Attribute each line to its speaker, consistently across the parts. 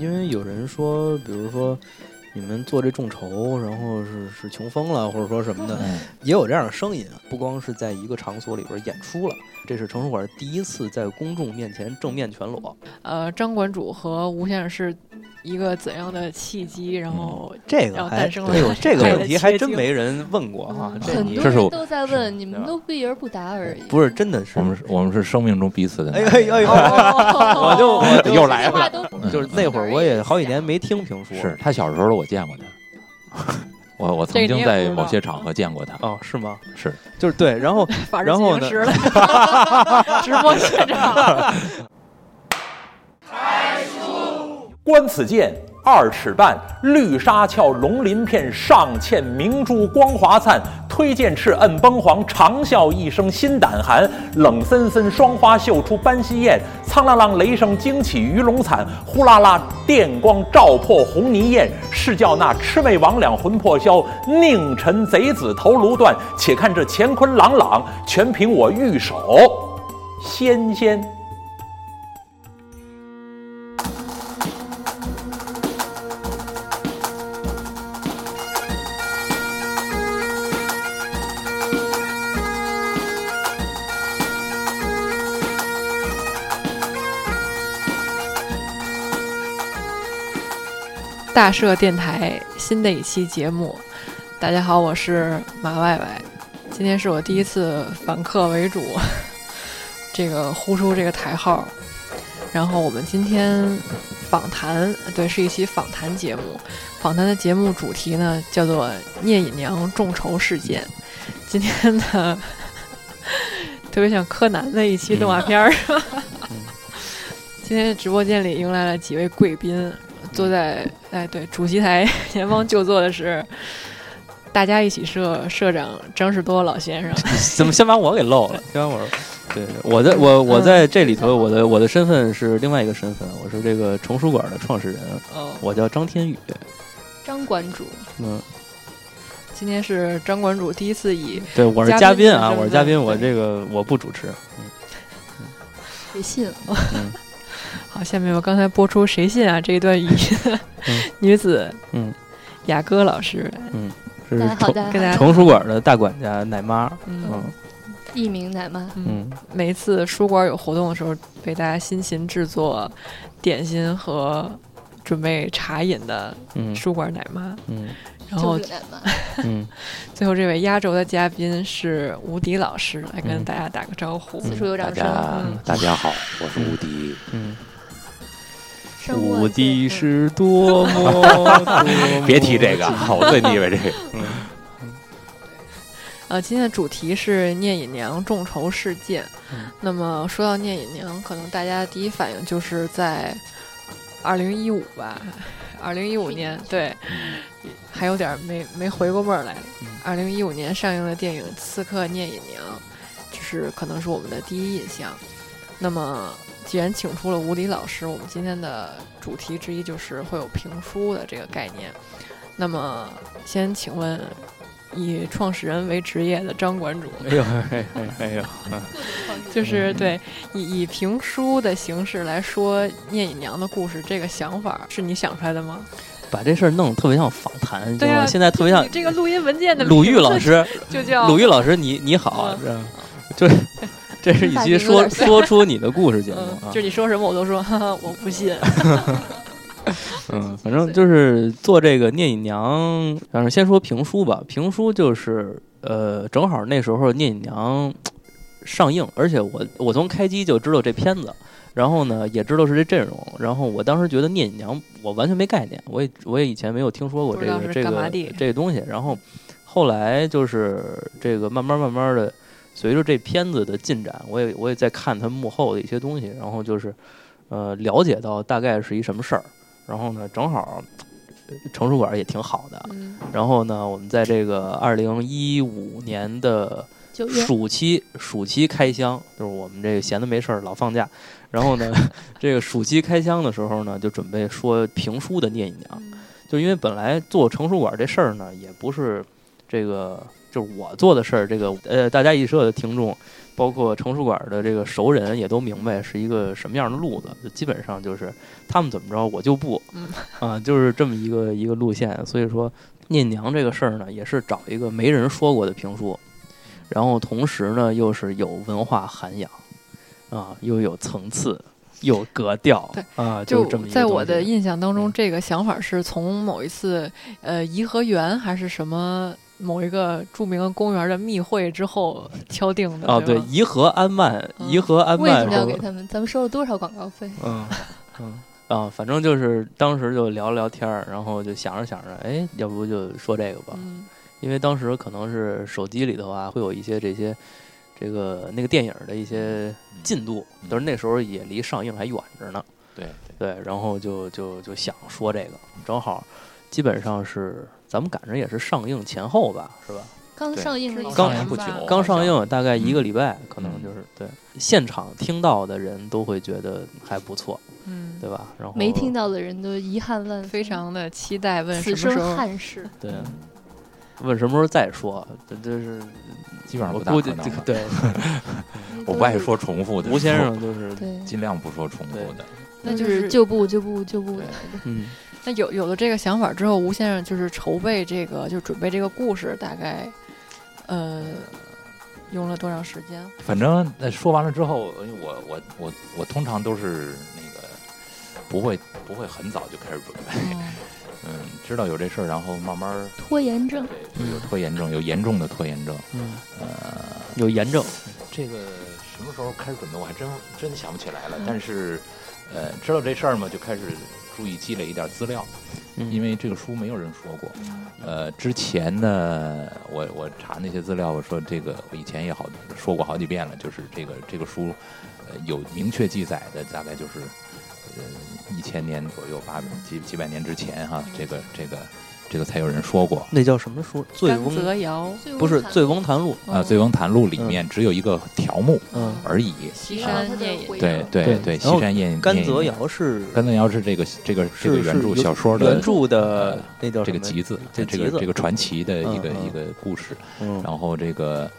Speaker 1: 因为有人说，比如说你们做这众筹，然后是是穷疯了，或者说什么的，
Speaker 2: 嗯
Speaker 1: 也有这样的声音啊。不光是在一个场所里边演出了，这是城市馆第一次在公众面前正面全裸。
Speaker 3: 呃，张馆主和吴先生是一个怎样的契机？然后
Speaker 1: 这
Speaker 3: 然
Speaker 1: 个
Speaker 3: 后
Speaker 1: 还
Speaker 3: 诞生了
Speaker 1: 哎呦，这个
Speaker 3: 这个
Speaker 1: 问题还
Speaker 3: 切
Speaker 1: 真
Speaker 3: 镜
Speaker 1: 没人问过哈、
Speaker 4: 嗯
Speaker 1: 这
Speaker 4: 很
Speaker 1: 你
Speaker 4: 多
Speaker 2: 这是我
Speaker 4: 人都在问，你
Speaker 1: 对
Speaker 4: 们
Speaker 1: 吧
Speaker 4: 都避而不答而已。
Speaker 1: 不是真的是
Speaker 2: 我们是我们是生命中彼此的，
Speaker 1: 哎呦哎呦哎
Speaker 3: 哦
Speaker 1: 呦！
Speaker 4: 我
Speaker 1: 我就我就
Speaker 2: 又来了，
Speaker 4: 了
Speaker 1: 哦就是那会儿我也好几年没听评
Speaker 5: 哎
Speaker 1: 书，
Speaker 2: 是他小时候我见过他，我我曾
Speaker 3: 这个
Speaker 2: 经
Speaker 3: 你也
Speaker 2: 在
Speaker 3: 不知
Speaker 2: 某
Speaker 3: 道
Speaker 2: 些场合见过他，
Speaker 1: 哦，是吗？
Speaker 2: 是
Speaker 1: 就是对，然后
Speaker 3: 法制
Speaker 1: 然
Speaker 3: 进
Speaker 1: 后
Speaker 3: 行
Speaker 1: 呢
Speaker 3: 时了， 直播现场。
Speaker 5: 观此剑，二尺半，绿纱鞘龙鳞片，上嵌明珠光华灿。推荐赤摁崩黄，长啸一声心胆寒。哎冷森森双花绣出斑犀雁，苍啷啷雷声惊起鱼龙惨。呼啦啦电光照破红泥焰，是叫那魑魅魍魉魂魄消，宁沉贼子头颅断。且看这乾坤朗朗，全凭我玉手纤纤。
Speaker 3: 大社电台新的一期节目。大家好，我是马外外，今天是我第一次反客为主，这个呼出这个台号。然后我们今天访谈，对，是一期访谈节目。访谈的节目主题呢叫做“聂隐娘众筹事件”。今天呢， 特别像柯南的一期动画片儿。 今天直播间里迎来了几位贵宾，坐在哎对主席台前方就坐的是大家一起社社长张士多老先生。
Speaker 1: 怎么先把我给漏了？先把我，对，我在我我在这里头，我的我的身份是另外一个身份，我是这个成书馆的创始人，
Speaker 3: 哦，
Speaker 1: 我叫张天宇。
Speaker 4: 张馆主，
Speaker 1: 嗯，
Speaker 3: 今天是张馆主第一次以
Speaker 1: 对，我是嘉
Speaker 3: 嘉宾
Speaker 1: 宾啊，
Speaker 3: 的身份
Speaker 1: 我是嘉宾，我
Speaker 3: 对
Speaker 1: 这个我不主持。
Speaker 4: 谁信了？
Speaker 3: 好，啊下面我刚才播出《谁信啊》这一段语音，
Speaker 1: 嗯
Speaker 3: 女子
Speaker 1: 嗯
Speaker 3: 雅歌老师，
Speaker 1: 是
Speaker 4: 大家好，
Speaker 1: 成
Speaker 4: 大
Speaker 3: 跟
Speaker 4: 家
Speaker 3: 大家
Speaker 4: 好
Speaker 1: 成书馆的大管家奶妈。
Speaker 3: 嗯
Speaker 1: 嗯
Speaker 4: 艺名奶妈，
Speaker 3: 嗯，
Speaker 1: 嗯，
Speaker 3: 每一次书馆有活动的时候，为大家辛勤制作点心和准备茶饮的
Speaker 1: 嗯
Speaker 3: 书馆奶妈，
Speaker 1: 嗯
Speaker 3: 然后
Speaker 4: 就是奶妈。
Speaker 1: 嗯，
Speaker 3: 最后这位压轴的嘉宾是吴迪老师，来跟
Speaker 1: 嗯
Speaker 3: 大家打个招呼。
Speaker 4: 此处有
Speaker 2: 大
Speaker 4: 掌
Speaker 2: 家嗯
Speaker 4: 声。嗯
Speaker 2: 大家好，我是吴迪，
Speaker 1: 嗯，
Speaker 4: 声握
Speaker 1: 我的
Speaker 4: 最嗯
Speaker 1: 是多么
Speaker 2: 别提这个， 我最腻歪这个。
Speaker 3: 呃，今天的主题是聂隐娘众筹事件。
Speaker 1: 嗯
Speaker 3: 那么说到聂隐娘，可能大家第一反应就是在二零一五吧，二零一五年对，还有点儿没没回过味儿来。二零一五年上映的电影《刺客聂隐娘》，就是可能是我们的第一印象。那么，既然请出了吴迪老师，我们今天的主题之一就是会有评书的这个概念。那么，先请问以创始人为职业的张馆主，
Speaker 1: 哎呦哎哎哎呦，嗯
Speaker 3: 就是对以以评书的形式来说聂隐娘的故事，这个想法是你想出来的吗？
Speaker 1: 把这事儿弄得特别像访谈，你知
Speaker 3: 对
Speaker 1: 道
Speaker 3: 啊
Speaker 1: 吗？现在特别像
Speaker 3: 你这个录音文件的
Speaker 1: 鲁豫
Speaker 3: 名字
Speaker 1: 老师，
Speaker 3: 就嗯叫
Speaker 1: 鲁豫老师，你你好，这就是这 是一期说说出你的故事节目啊
Speaker 3: 嗯，就。是你说什么我都说，哈哈，我不信。
Speaker 1: 嗯，反正就是做这个聂隐娘，反正先说评书吧。评书就是呃，正好那时候聂隐娘上映，而且我我从开机就知道这片子。然后呢，也知道是这阵容。然后我当时觉得聂隐娘，我完全没概念，我也我也以前没有听说过
Speaker 3: 不
Speaker 1: 这
Speaker 3: 知道
Speaker 1: 个
Speaker 3: 是
Speaker 1: 这
Speaker 3: 干
Speaker 1: 个
Speaker 3: 嘛地
Speaker 1: 这个东西。然后后来就是这个慢慢慢慢的，随着这片子的进展，我也我也在看他幕后的一些东西，然后就是呃了解到大概是一什么事儿。然后呢，正好呃成书馆也挺好的。
Speaker 3: 嗯
Speaker 1: 然后呢，我们在这个二零一五年的
Speaker 4: 九月
Speaker 1: 暑期暑期开箱，就是我们这个闲的没事儿老放假。然后呢， 这个暑期开箱的时候呢，就准备说评书的聂隐娘，
Speaker 3: 嗯
Speaker 1: 就因为本来做成书馆这事儿呢，也不是这个就是我做的事儿，这个呃，大家艺社的听众，包括成书馆的这个熟人也都明白是一个什么样的路子，就基本上就是他们怎么着我就不，
Speaker 3: 嗯
Speaker 1: 啊，就是这么一个一个路线。所以说念娘这个事儿呢，也是找一个没人说过的评书，然后同时呢又是有文化涵养，啊，又有层次，有格调
Speaker 3: 对，
Speaker 1: 啊，
Speaker 3: 就是
Speaker 1: 这么一个
Speaker 3: 在我
Speaker 1: 东
Speaker 3: 的
Speaker 1: 西
Speaker 3: 印象当中，
Speaker 1: 嗯
Speaker 3: 这个想法是从某一次呃颐和园还是什么某一个著名的公园的密会之后敲定的。
Speaker 1: 哦，对，
Speaker 3: 吧
Speaker 1: 颐和安曼，
Speaker 3: 嗯
Speaker 1: 颐和安
Speaker 4: 为
Speaker 1: 曼
Speaker 4: 什么
Speaker 1: 是
Speaker 4: 要
Speaker 1: 吧
Speaker 4: 给他们？咱们收了多少广告费？
Speaker 1: 嗯嗯啊，反正就是当时就聊了聊天儿，然后就想着想着，哎，要不就说这个吧，
Speaker 3: 嗯
Speaker 1: 因为当时可能是手机里头啊，会有一些这些这个那个电影的一些进度，
Speaker 2: 嗯
Speaker 1: 但是那时候也离上映还远着呢，
Speaker 2: 对对，
Speaker 1: 对，然后就就就想说这个，正好基本上是咱们赶上也是上映前后吧，是吧？
Speaker 4: 刚
Speaker 2: 对
Speaker 4: 上映
Speaker 3: 是
Speaker 4: 了
Speaker 1: 刚
Speaker 4: 一年
Speaker 2: 不
Speaker 4: 吧
Speaker 2: 久
Speaker 1: 刚上映大概一个礼拜，可能
Speaker 2: 嗯
Speaker 1: 就是对现场听到的人都会觉得还不错，
Speaker 3: 嗯，
Speaker 1: 对吧？然后
Speaker 4: 没听到的人都遗憾万分
Speaker 3: 非常的期待，问什
Speaker 4: 此
Speaker 3: 么时
Speaker 4: 生
Speaker 3: 候？
Speaker 4: 憾事。
Speaker 1: 对，问什么时候再说，这这是
Speaker 2: 基本上
Speaker 1: 我
Speaker 2: 不大
Speaker 1: 估
Speaker 2: 可
Speaker 1: 计
Speaker 2: 能
Speaker 1: 这个
Speaker 2: 了。
Speaker 1: 对
Speaker 2: 嗯我不爱说重复的，
Speaker 1: 吴先生就是
Speaker 4: 对，
Speaker 2: 尽量不说重复的。
Speaker 3: 那
Speaker 4: 都
Speaker 3: 就是是
Speaker 4: 就步就步就步的。
Speaker 1: 嗯
Speaker 3: 那有有了这个想法之后，吴先生就是筹备这个，就准备这个故事，大概呃用了多长时间？
Speaker 2: 反正呃说完了之后，因为我我我我通常都是那个不会不会很早就开始准备，嗯，知道有这事儿，然后慢慢儿
Speaker 4: 拖延症，
Speaker 2: 对有拖延症，有严重的拖延症。
Speaker 1: 嗯
Speaker 2: 呃，
Speaker 1: 有炎症，
Speaker 2: 这个什么时候开始准备，我还真真想不起来了。但是呃，知道这事儿嘛，就开始注意积累一点资料，
Speaker 1: 嗯
Speaker 2: 因为这个书没有人说过。呃，之前呢，我我查那些资料，我说这个我以前也好说过好几遍了，就是这个这个书，呃，有明确记载的，大概就是呃一千年左右，八百几几百年之前哈，这个这个这个才有人说过。
Speaker 1: 那叫什么书？醉
Speaker 3: 甘
Speaker 1: 翁
Speaker 3: 泽尧
Speaker 1: 不是醉翁谈露，
Speaker 3: 哦
Speaker 2: 啊，《醉翁谈录》里
Speaker 1: 嗯
Speaker 2: 面只有一个条目
Speaker 1: 嗯，
Speaker 2: 而已。
Speaker 3: 岐
Speaker 4: 然后
Speaker 3: 山
Speaker 4: 他的
Speaker 3: 夜饮
Speaker 4: 回忆
Speaker 2: 对对
Speaker 1: 对
Speaker 2: 对，
Speaker 1: 然后
Speaker 2: 西山宴
Speaker 1: 甘
Speaker 2: 宴
Speaker 1: 泽
Speaker 2: 饮
Speaker 1: 尧是
Speaker 2: 甘泽尧是这个这个这个
Speaker 1: 是
Speaker 2: 原著
Speaker 1: 是
Speaker 2: 小说的
Speaker 1: 原著的
Speaker 2: 呃
Speaker 1: 那叫
Speaker 2: 这个
Speaker 1: 什么
Speaker 2: 集子，
Speaker 1: 这
Speaker 2: 这
Speaker 1: 集子
Speaker 2: 个这个传奇的一个
Speaker 1: 嗯嗯
Speaker 2: 一个故事。
Speaker 1: 嗯
Speaker 2: 然后这个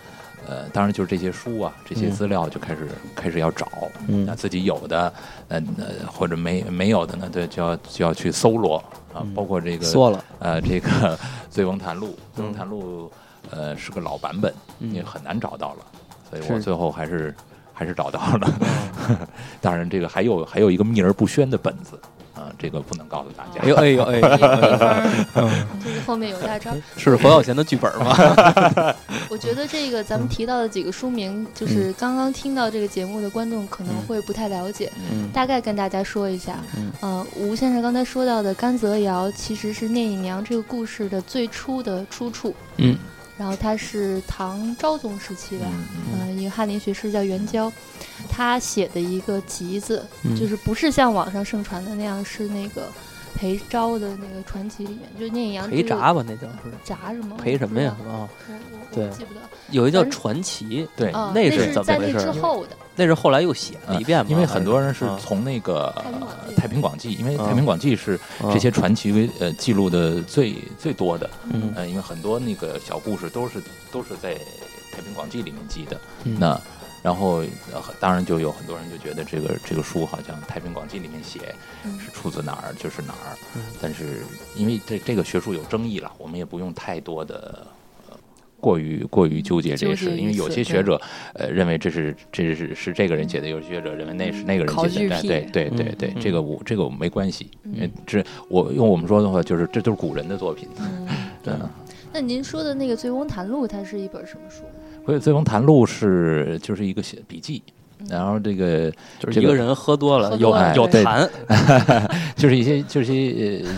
Speaker 2: 呃，当然就是这些书啊，这些
Speaker 1: 嗯
Speaker 2: 资料就开始、开始要找，
Speaker 1: 嗯
Speaker 2: 那自己有的呃呃或者没没有的呢，对，就要就要去搜罗啊，
Speaker 1: 嗯
Speaker 2: 包括这个
Speaker 1: 缩了，
Speaker 2: 呃 这个《醉翁谈录》，《醉
Speaker 1: 嗯
Speaker 2: 翁谈录》呃是个老版本，
Speaker 1: 嗯
Speaker 2: 也很难找到了，所以
Speaker 1: 是嗯
Speaker 2: 我最后还是。还是找到了， 当然这个还有还有一个秘而不宣的本子啊、这个不能告诉大家。
Speaker 1: 哎呦哎呦哎呦，
Speaker 4: 没 法儿就是后面有大招。
Speaker 1: 是侯孝贤的剧本吗？
Speaker 4: 我觉得这个咱
Speaker 1: 嗯
Speaker 4: 们提到的几个书名，就是刚刚听到这个节目的观众可能会不太了解，
Speaker 1: 嗯
Speaker 4: 大概跟大家说一下。
Speaker 1: 嗯
Speaker 4: 呃，吴先生刚才说到的甘泽尧，其实是《聂隐娘》这个故事的最初的出处。
Speaker 1: 嗯，
Speaker 4: 然后他是唐昭宗时期吧，
Speaker 2: 嗯嗯
Speaker 4: 嗯、一个翰林学士叫袁郊，他写的一个集子，
Speaker 1: 嗯
Speaker 4: 就是不是像网上盛传的那样，是那个裴昭的那个传奇里面，就是聂隐娘
Speaker 1: 陪
Speaker 4: 这个
Speaker 1: 闸吧，那叫是
Speaker 4: 炸什么
Speaker 1: 陪什么呀？？啊，
Speaker 4: 我不知道我我
Speaker 1: 对
Speaker 4: 我记不得
Speaker 1: 有一叫
Speaker 4: 反正
Speaker 1: 传奇，
Speaker 2: 对，
Speaker 4: 啊，
Speaker 1: 那是
Speaker 4: 是
Speaker 1: 怎么
Speaker 4: 在
Speaker 1: 回
Speaker 4: 那
Speaker 1: 事
Speaker 4: 之
Speaker 1: 儿
Speaker 4: 后的，
Speaker 1: 那是后来又写了一遍嘛，
Speaker 2: 因为很多人是
Speaker 1: 啊
Speaker 2: 从那个
Speaker 4: 太平
Speaker 1: 呃
Speaker 4: 广
Speaker 2: 《太平广记》，
Speaker 4: 记
Speaker 2: 因为《
Speaker 1: 啊
Speaker 2: 太平广记》是这些传奇呃记录的最最多的，
Speaker 1: 嗯
Speaker 2: 呃，因为很多那个小故事都是都是在《太平广记》里面记的。
Speaker 1: 嗯
Speaker 2: 那然后呃当然就有很多人就觉得这个这个书好像《太平广记》里面写
Speaker 4: 嗯
Speaker 2: 是出自哪儿就是哪儿
Speaker 1: 嗯，
Speaker 2: 但是因为这这个学术有争议了，我们也不用太多的。呃过于过于纠结这个
Speaker 3: 纠
Speaker 2: 事，
Speaker 3: 结于
Speaker 2: 因为有
Speaker 3: 此
Speaker 2: 些学
Speaker 3: 对
Speaker 2: 者，呃，认为这是这是是这个人写的，有些学者认为那是那个人
Speaker 3: 考
Speaker 2: 写
Speaker 3: 据
Speaker 2: 的，
Speaker 3: 癖
Speaker 2: 对对对
Speaker 1: 嗯
Speaker 2: 对
Speaker 1: 嗯
Speaker 2: 这个我这个我没关系，因为
Speaker 4: 嗯
Speaker 2: 这我用我们说的话就是这都是古人的作品，
Speaker 3: 嗯
Speaker 1: 对
Speaker 2: 嗯
Speaker 4: 那您说的那个《醉翁谈录》，它是一本什么书？
Speaker 2: 所以《醉翁谈录》是就是一个写笔记，
Speaker 4: 嗯
Speaker 2: 然后这个
Speaker 1: 就是一个人喝多了
Speaker 3: 喝
Speaker 1: 有
Speaker 3: 多了
Speaker 1: 有
Speaker 2: 对
Speaker 1: 痰，
Speaker 2: 就是一些就是一些呃，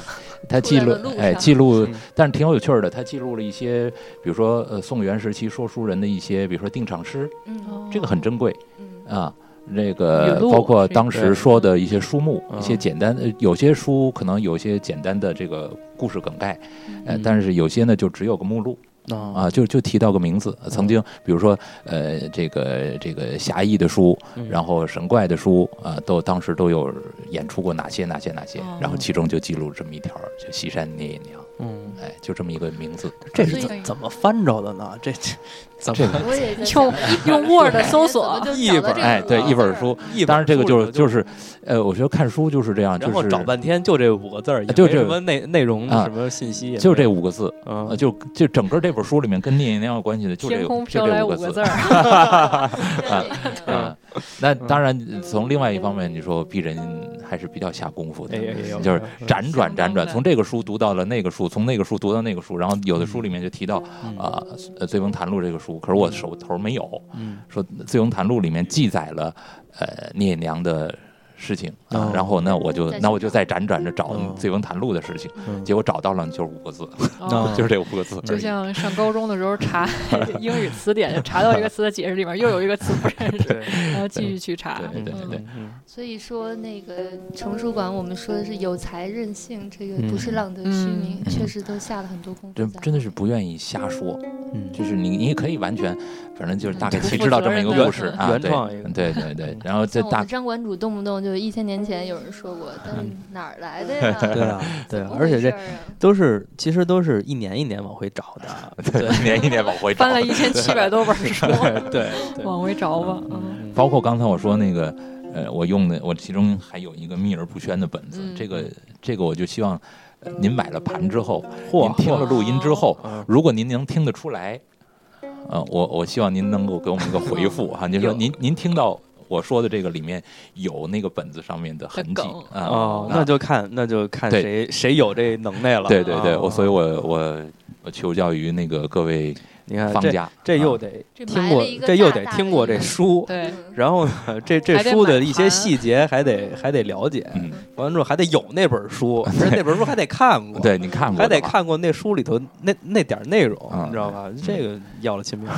Speaker 2: 他
Speaker 4: 出
Speaker 2: 记
Speaker 4: 来
Speaker 2: 录
Speaker 4: 了路
Speaker 2: 哎
Speaker 4: 上
Speaker 2: 记录
Speaker 1: 嗯，
Speaker 2: 但是挺有趣儿的，他记录了一些，比如说呃宋元时期说书人的一些，比如说定场诗，
Speaker 4: 嗯
Speaker 2: 这个很珍贵
Speaker 4: 嗯
Speaker 2: 啊。那
Speaker 3: 语
Speaker 2: 个
Speaker 3: 录
Speaker 2: 包括
Speaker 3: 是
Speaker 2: 当时说的一些书目，
Speaker 1: 嗯
Speaker 2: 一些简单，呃有些
Speaker 4: 嗯
Speaker 2: 书可能有些简单的这个故事梗概，呃，但是有些呢就只有个目录，
Speaker 1: 啊
Speaker 2: 啊，就就提到个名
Speaker 3: 嗯
Speaker 2: 字，曾经比如说呃，这个这个侠义的书，
Speaker 1: 嗯
Speaker 2: 然后神怪的书啊、都当时都有演出过哪些哪些哪些
Speaker 3: 哦，
Speaker 2: 然后其中就记录这么一条，就西山聂隐娘，
Speaker 1: 嗯，
Speaker 2: 哎，就这么一个名字。
Speaker 1: 这
Speaker 4: 所
Speaker 1: 是
Speaker 4: 以
Speaker 1: 怎怎么翻着的呢？这这怎
Speaker 2: 这
Speaker 1: 么
Speaker 2: 个
Speaker 4: 我也在 想
Speaker 3: 用用 Word 搜索
Speaker 4: 怎么
Speaker 1: 一
Speaker 4: 就找到
Speaker 1: 本
Speaker 4: 这
Speaker 2: 哎
Speaker 4: 个
Speaker 2: 对
Speaker 4: 字
Speaker 2: 一本
Speaker 4: 儿
Speaker 2: 书
Speaker 4: 嗯
Speaker 1: 一
Speaker 2: 当然，这个
Speaker 1: 本
Speaker 2: 就
Speaker 1: 书
Speaker 2: 是
Speaker 1: 里
Speaker 2: 就
Speaker 1: 头
Speaker 2: 是，呃，我觉得看书就是这样，就
Speaker 1: 然后
Speaker 2: 是啊
Speaker 1: 找半天就这五个字儿，也
Speaker 2: 就
Speaker 1: 没
Speaker 2: 这
Speaker 1: 什么内内容
Speaker 2: 啊
Speaker 1: 什么信息也没有，
Speaker 2: 就这五个字，呃，
Speaker 1: 嗯，
Speaker 2: 就就整个这本书里面跟聂隐娘有关系 的，就这
Speaker 3: 天
Speaker 2: 就
Speaker 3: 空飘来
Speaker 2: 这
Speaker 3: 五
Speaker 2: 个
Speaker 3: 个字
Speaker 2: 字。
Speaker 3: 儿，
Speaker 4: 对
Speaker 1: 嗯
Speaker 2: 啊， 那当然，呃从另外一方面，你说鄙人还是比较下功夫的
Speaker 1: 哎，哎哎
Speaker 2: 就是辗转
Speaker 3: 相当
Speaker 2: 辗转，
Speaker 3: 的
Speaker 2: 从这个书读到了那个书，从那个书读到那个书，然后有的
Speaker 1: 嗯
Speaker 2: 书里面就提到
Speaker 3: 嗯
Speaker 2: 啊，呃《醉翁谈录》这个书，可是我手头没有，
Speaker 1: 嗯
Speaker 2: 说《醉翁谈录》里面记载了呃聂隐娘的事情啊
Speaker 1: 哦，
Speaker 2: 然后那我就
Speaker 4: 再去
Speaker 2: 那我就再辗转着找
Speaker 1: 哦
Speaker 2: 《醉翁谈录》的事情，
Speaker 1: 嗯
Speaker 2: 结果找到了就是五个字，
Speaker 3: 嗯
Speaker 1: 哦
Speaker 2: 就是这五个字而已，
Speaker 3: 就像上高中的时 候查英语词典，查到一个词的解释里面又有一个词 不认识，
Speaker 1: 对
Speaker 3: 然后继续去查。
Speaker 2: 对对对对，
Speaker 1: 嗯
Speaker 4: 所以说那个成书馆，我们说的是有才任性，这个
Speaker 1: 嗯
Speaker 4: 不是浪得虚名，
Speaker 2: 嗯
Speaker 4: 确实都下了很多功夫
Speaker 2: 真
Speaker 4: 在。
Speaker 2: 真的是不愿意瞎说，
Speaker 1: 嗯
Speaker 2: 就是你你也可以完全，反正就是大概
Speaker 3: 嗯不
Speaker 2: 其
Speaker 3: 负
Speaker 2: 知道
Speaker 3: 责
Speaker 2: 这么一
Speaker 3: 任嗯
Speaker 2: 个
Speaker 3: 的
Speaker 2: 故事啊，
Speaker 1: 原
Speaker 2: 对
Speaker 1: 创一个
Speaker 2: 对对对，然后再
Speaker 4: 像我
Speaker 2: 大
Speaker 4: 们张馆主动不动就一千年前有人说过，但是哪儿来的呀？
Speaker 1: 嗯 对啊对
Speaker 4: 怎
Speaker 1: 啊
Speaker 4: 么，
Speaker 1: 而且
Speaker 4: 回事
Speaker 1: 这
Speaker 4: 儿啊
Speaker 1: 都是其实都是一年一年往回找 的，对
Speaker 2: 一年一年往回找
Speaker 3: 翻，了一千七百多本书，
Speaker 1: 对 对，
Speaker 3: 往回找吧。嗯，
Speaker 1: 嗯
Speaker 2: 包括刚才我说那个，呃，我用的我其中还有一个秘而不宣的本子，
Speaker 3: 嗯
Speaker 2: 这个这个我就希望呃您买了盘之后，您
Speaker 1: 嚯
Speaker 2: 听了录音之后，
Speaker 1: 嗯
Speaker 2: 如果您能听得出来，呃，我我希望您能够给我们一个回复
Speaker 3: 嗯
Speaker 2: 哈、您说您您听到。我说的这个里面有那个本子上面的痕迹
Speaker 3: 的梗
Speaker 2: 啊、
Speaker 1: 哦，那就看那就看
Speaker 2: 对
Speaker 1: 谁谁有这能耐了。
Speaker 2: 对对对，
Speaker 1: 啊
Speaker 2: 我所以我我我求教于那个各位
Speaker 1: 你看
Speaker 2: 方
Speaker 1: 这
Speaker 2: 家，
Speaker 1: 这又
Speaker 2: 啊
Speaker 1: 得
Speaker 4: 这
Speaker 1: 听
Speaker 4: 埋
Speaker 1: 过
Speaker 4: 了一，个
Speaker 1: 这又
Speaker 4: 大
Speaker 1: 得
Speaker 4: 大的
Speaker 1: 听过这
Speaker 4: 一个
Speaker 1: 书，
Speaker 3: 对，
Speaker 4: 嗯
Speaker 1: 然 后呢，这这
Speaker 3: 还得
Speaker 1: 书的
Speaker 3: 买
Speaker 1: 一些
Speaker 3: 盘
Speaker 1: 细节还得还得了解，
Speaker 2: 嗯，
Speaker 1: 完了之后还得有那本 书，而且那本书还得看过，
Speaker 2: 嗯对，你看过
Speaker 1: 还得
Speaker 2: 的话
Speaker 1: 看过那书里头那那点儿内容，
Speaker 2: 嗯
Speaker 1: 你知道吧？这个要了亲命。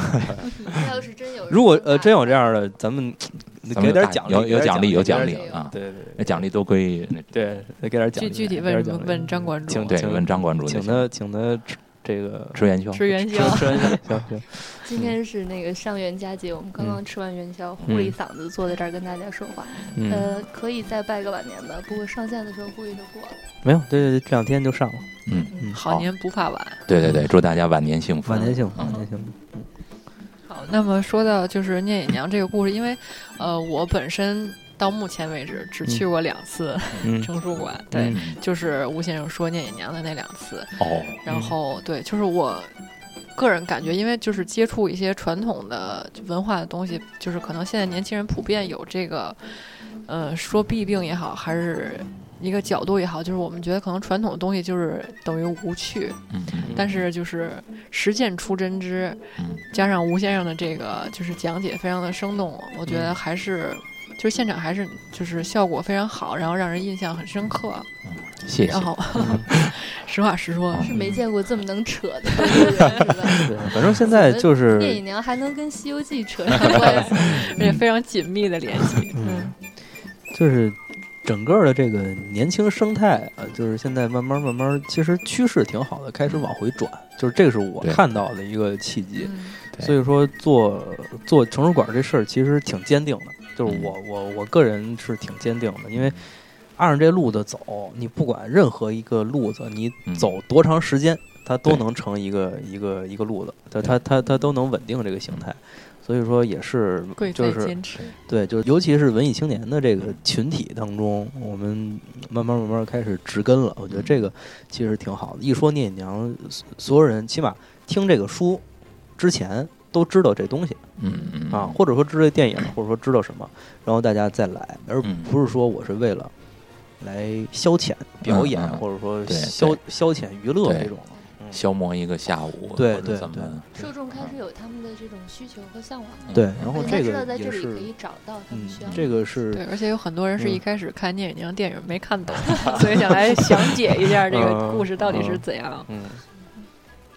Speaker 4: 那要是真有人
Speaker 1: 如果呃
Speaker 4: 说
Speaker 1: 真有这样的，咱们
Speaker 2: 咱们
Speaker 1: 给点
Speaker 2: 大
Speaker 1: 奖励，
Speaker 2: 有
Speaker 1: 给
Speaker 2: 有
Speaker 1: 点
Speaker 2: 奖励，有奖
Speaker 1: 给
Speaker 2: 励
Speaker 1: 点
Speaker 4: 奖励
Speaker 2: 啊！
Speaker 1: 对对
Speaker 2: 那奖励都归那
Speaker 1: 对对，给点奖
Speaker 3: 具
Speaker 1: 励。
Speaker 3: 具
Speaker 1: 给
Speaker 3: 体
Speaker 1: 点
Speaker 3: 问
Speaker 1: 奖励
Speaker 3: 问张馆主
Speaker 1: 请，
Speaker 2: 对
Speaker 1: 请
Speaker 2: 问张馆主就
Speaker 1: 请
Speaker 2: 行
Speaker 1: 他请他吃这个
Speaker 2: 吃元宵，
Speaker 3: 吃元宵
Speaker 1: 吃。吃完行行行，
Speaker 4: 今
Speaker 1: 嗯
Speaker 4: 天是那个上元佳节，我们刚刚吃完元宵，呼了一嗓子坐在这儿跟大家说话。
Speaker 1: 嗯，
Speaker 4: 呃，可以再拜个晚年吧，不过上线的时候估计就过了。
Speaker 1: 没有，对对对，这两天就上了，
Speaker 2: 嗯，
Speaker 1: 嗯，
Speaker 3: 好年不怕晚。
Speaker 2: 对对对，祝大家晚年幸福，
Speaker 1: 晚年幸福，
Speaker 2: 嗯
Speaker 1: 晚年幸福，
Speaker 3: 好，那么说到就是聂隐娘这个故事，因为呃，我本身到目前为止只去过两次
Speaker 1: 嗯，
Speaker 3: 成书馆，对，
Speaker 2: 嗯
Speaker 3: 就是吴先生说聂隐娘的那两次，
Speaker 2: 哦，
Speaker 3: 然后
Speaker 1: 嗯
Speaker 3: 对，就是我个人感觉，因为就是接触一些传统的文化的东西，就是可能现在年轻人普遍有这个，呃，说弊病也好，还是一个角度也好，就是我们觉得可能传统的东西就是等于无趣，
Speaker 2: 嗯嗯
Speaker 3: 但是就是实践出真知，
Speaker 2: 嗯
Speaker 3: 加上吴先生的这个就是讲解非常的生动，我觉得
Speaker 1: 嗯
Speaker 3: 还是。就是现场还是就是效果非常好，然后让人印象很深刻。
Speaker 2: 谢谢 啊
Speaker 3: 然。后，
Speaker 1: 嗯
Speaker 3: 实话实说，
Speaker 4: 是没见过这么能扯 的人，是吧？
Speaker 1: 对，反正现在就
Speaker 4: 电
Speaker 1: 是
Speaker 4: 影娘还能跟《西游记》扯上关系，
Speaker 3: 而 且非常紧密的联系。
Speaker 1: 嗯，就是整个的这个年轻生态啊，呃就是现在慢慢慢慢，其实趋势挺好的，开始往回转，就是这个是我
Speaker 2: 对
Speaker 1: 看到的一个契机。
Speaker 3: 嗯
Speaker 2: 对
Speaker 1: 所以说做做成书馆这事儿其实挺坚定的，
Speaker 2: 嗯
Speaker 1: 就是我我我个人是挺坚定的，因为按着这路子走，你不管任何一个路子，你
Speaker 2: 嗯
Speaker 1: 走多长时间，它都
Speaker 2: 对
Speaker 1: 能成一个一个一个路子，它它它它都能稳定这个形态。
Speaker 2: 嗯
Speaker 1: 所以说也是
Speaker 3: 贵，
Speaker 1: 就
Speaker 3: 在
Speaker 1: 是
Speaker 3: 坚持，
Speaker 1: 对，就尤其是文艺青年的这个群体当中，我们慢慢慢慢开始植根了。我
Speaker 2: 嗯
Speaker 1: 觉得这个其实挺好的。一说聂隐娘，所所有人起码听这个书之前都知道这东西
Speaker 2: 嗯嗯
Speaker 1: 啊，或者说知道这电影，或者说知道什么，然后大家再来，而
Speaker 2: 嗯
Speaker 1: 不是说我是为了来消遣表演，
Speaker 2: 嗯嗯
Speaker 1: 或者说
Speaker 2: 对
Speaker 1: 消
Speaker 2: 对
Speaker 1: 消遣娱乐
Speaker 2: 对
Speaker 1: 这种。嗯
Speaker 2: 消磨一个下午，
Speaker 1: 对
Speaker 2: 或者
Speaker 1: 对
Speaker 2: 怎么嗯
Speaker 4: 受众开始有他们的这种需求和向往，
Speaker 1: 对，然后
Speaker 4: 大家
Speaker 1: 这
Speaker 4: 知道
Speaker 1: 个
Speaker 4: 在这
Speaker 1: 也
Speaker 4: 里可
Speaker 1: 是
Speaker 4: 以，找到他
Speaker 1: 嗯
Speaker 4: 们需要，的。
Speaker 1: 这个是
Speaker 3: 对，而且有很多人是
Speaker 1: 嗯
Speaker 3: 一开始看《聂隐娘》电影 没看懂，所以想来详解一下这个
Speaker 1: 嗯
Speaker 3: 故事到底是
Speaker 1: 嗯
Speaker 3: 怎样。
Speaker 1: 嗯